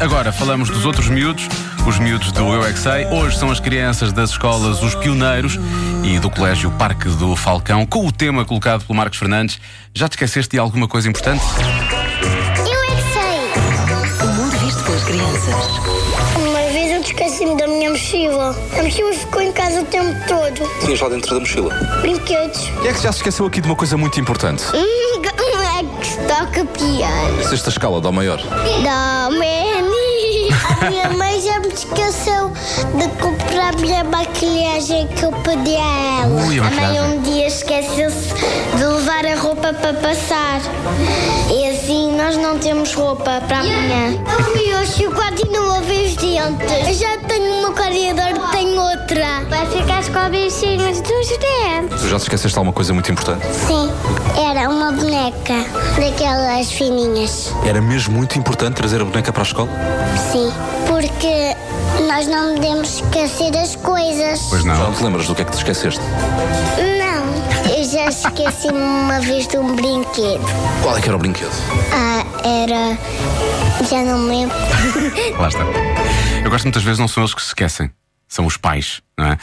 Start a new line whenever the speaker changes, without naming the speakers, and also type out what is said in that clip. Agora falamos dos outros miúdos, os miúdos do Eu é Que Sei. Hoje são as crianças das escolas Os Pioneiros e do Colégio Parque do Falcão, com o tema colocado pelo Marcos Fernandes. Já te esqueceste de alguma coisa importante?
Eu é que sei!
O mundo visto pelas crianças.
Uma vez eu esqueci-me da minha mochila. A mochila ficou em casa o tempo todo.
Tinhas lá dentro da mochila.
Brinquedos.
E é que já se esqueceu aqui de uma coisa muito importante.
Uma Um que toca piano.
Sexta escala, Dó maior.
Dá Meni. A minha mãe já me esqueceu de comprar a minha maquilhagem que eu pedi a ela.
Ui, a
a mãe
maquilhagem.
um dia esqueceu-se de levar a roupa para passar. E assim nós não temos roupa para amanhã. Eu me hoje quase não ouvi os dentes. Eu já tenho uma corredor, tenho outra. Vai ficar com bichinhos dos dentes.
Tu já te esqueceste de alguma coisa muito importante.
Sim, era uma boneca daquelas fininhas.
Era mesmo muito importante trazer a boneca para a escola?
Sim, porque nós não podemos esquecer as coisas.
Pois
Já
não.
não te lembras do que é que te esqueceste?
Não, eu já esqueci uma vez de um brinquedo.
Qual é que era o brinquedo?
Ah, era. Já não me lembro.
Lá está. Eu gosto muitas vezes, não são eles que se esquecem, são os pais, não é?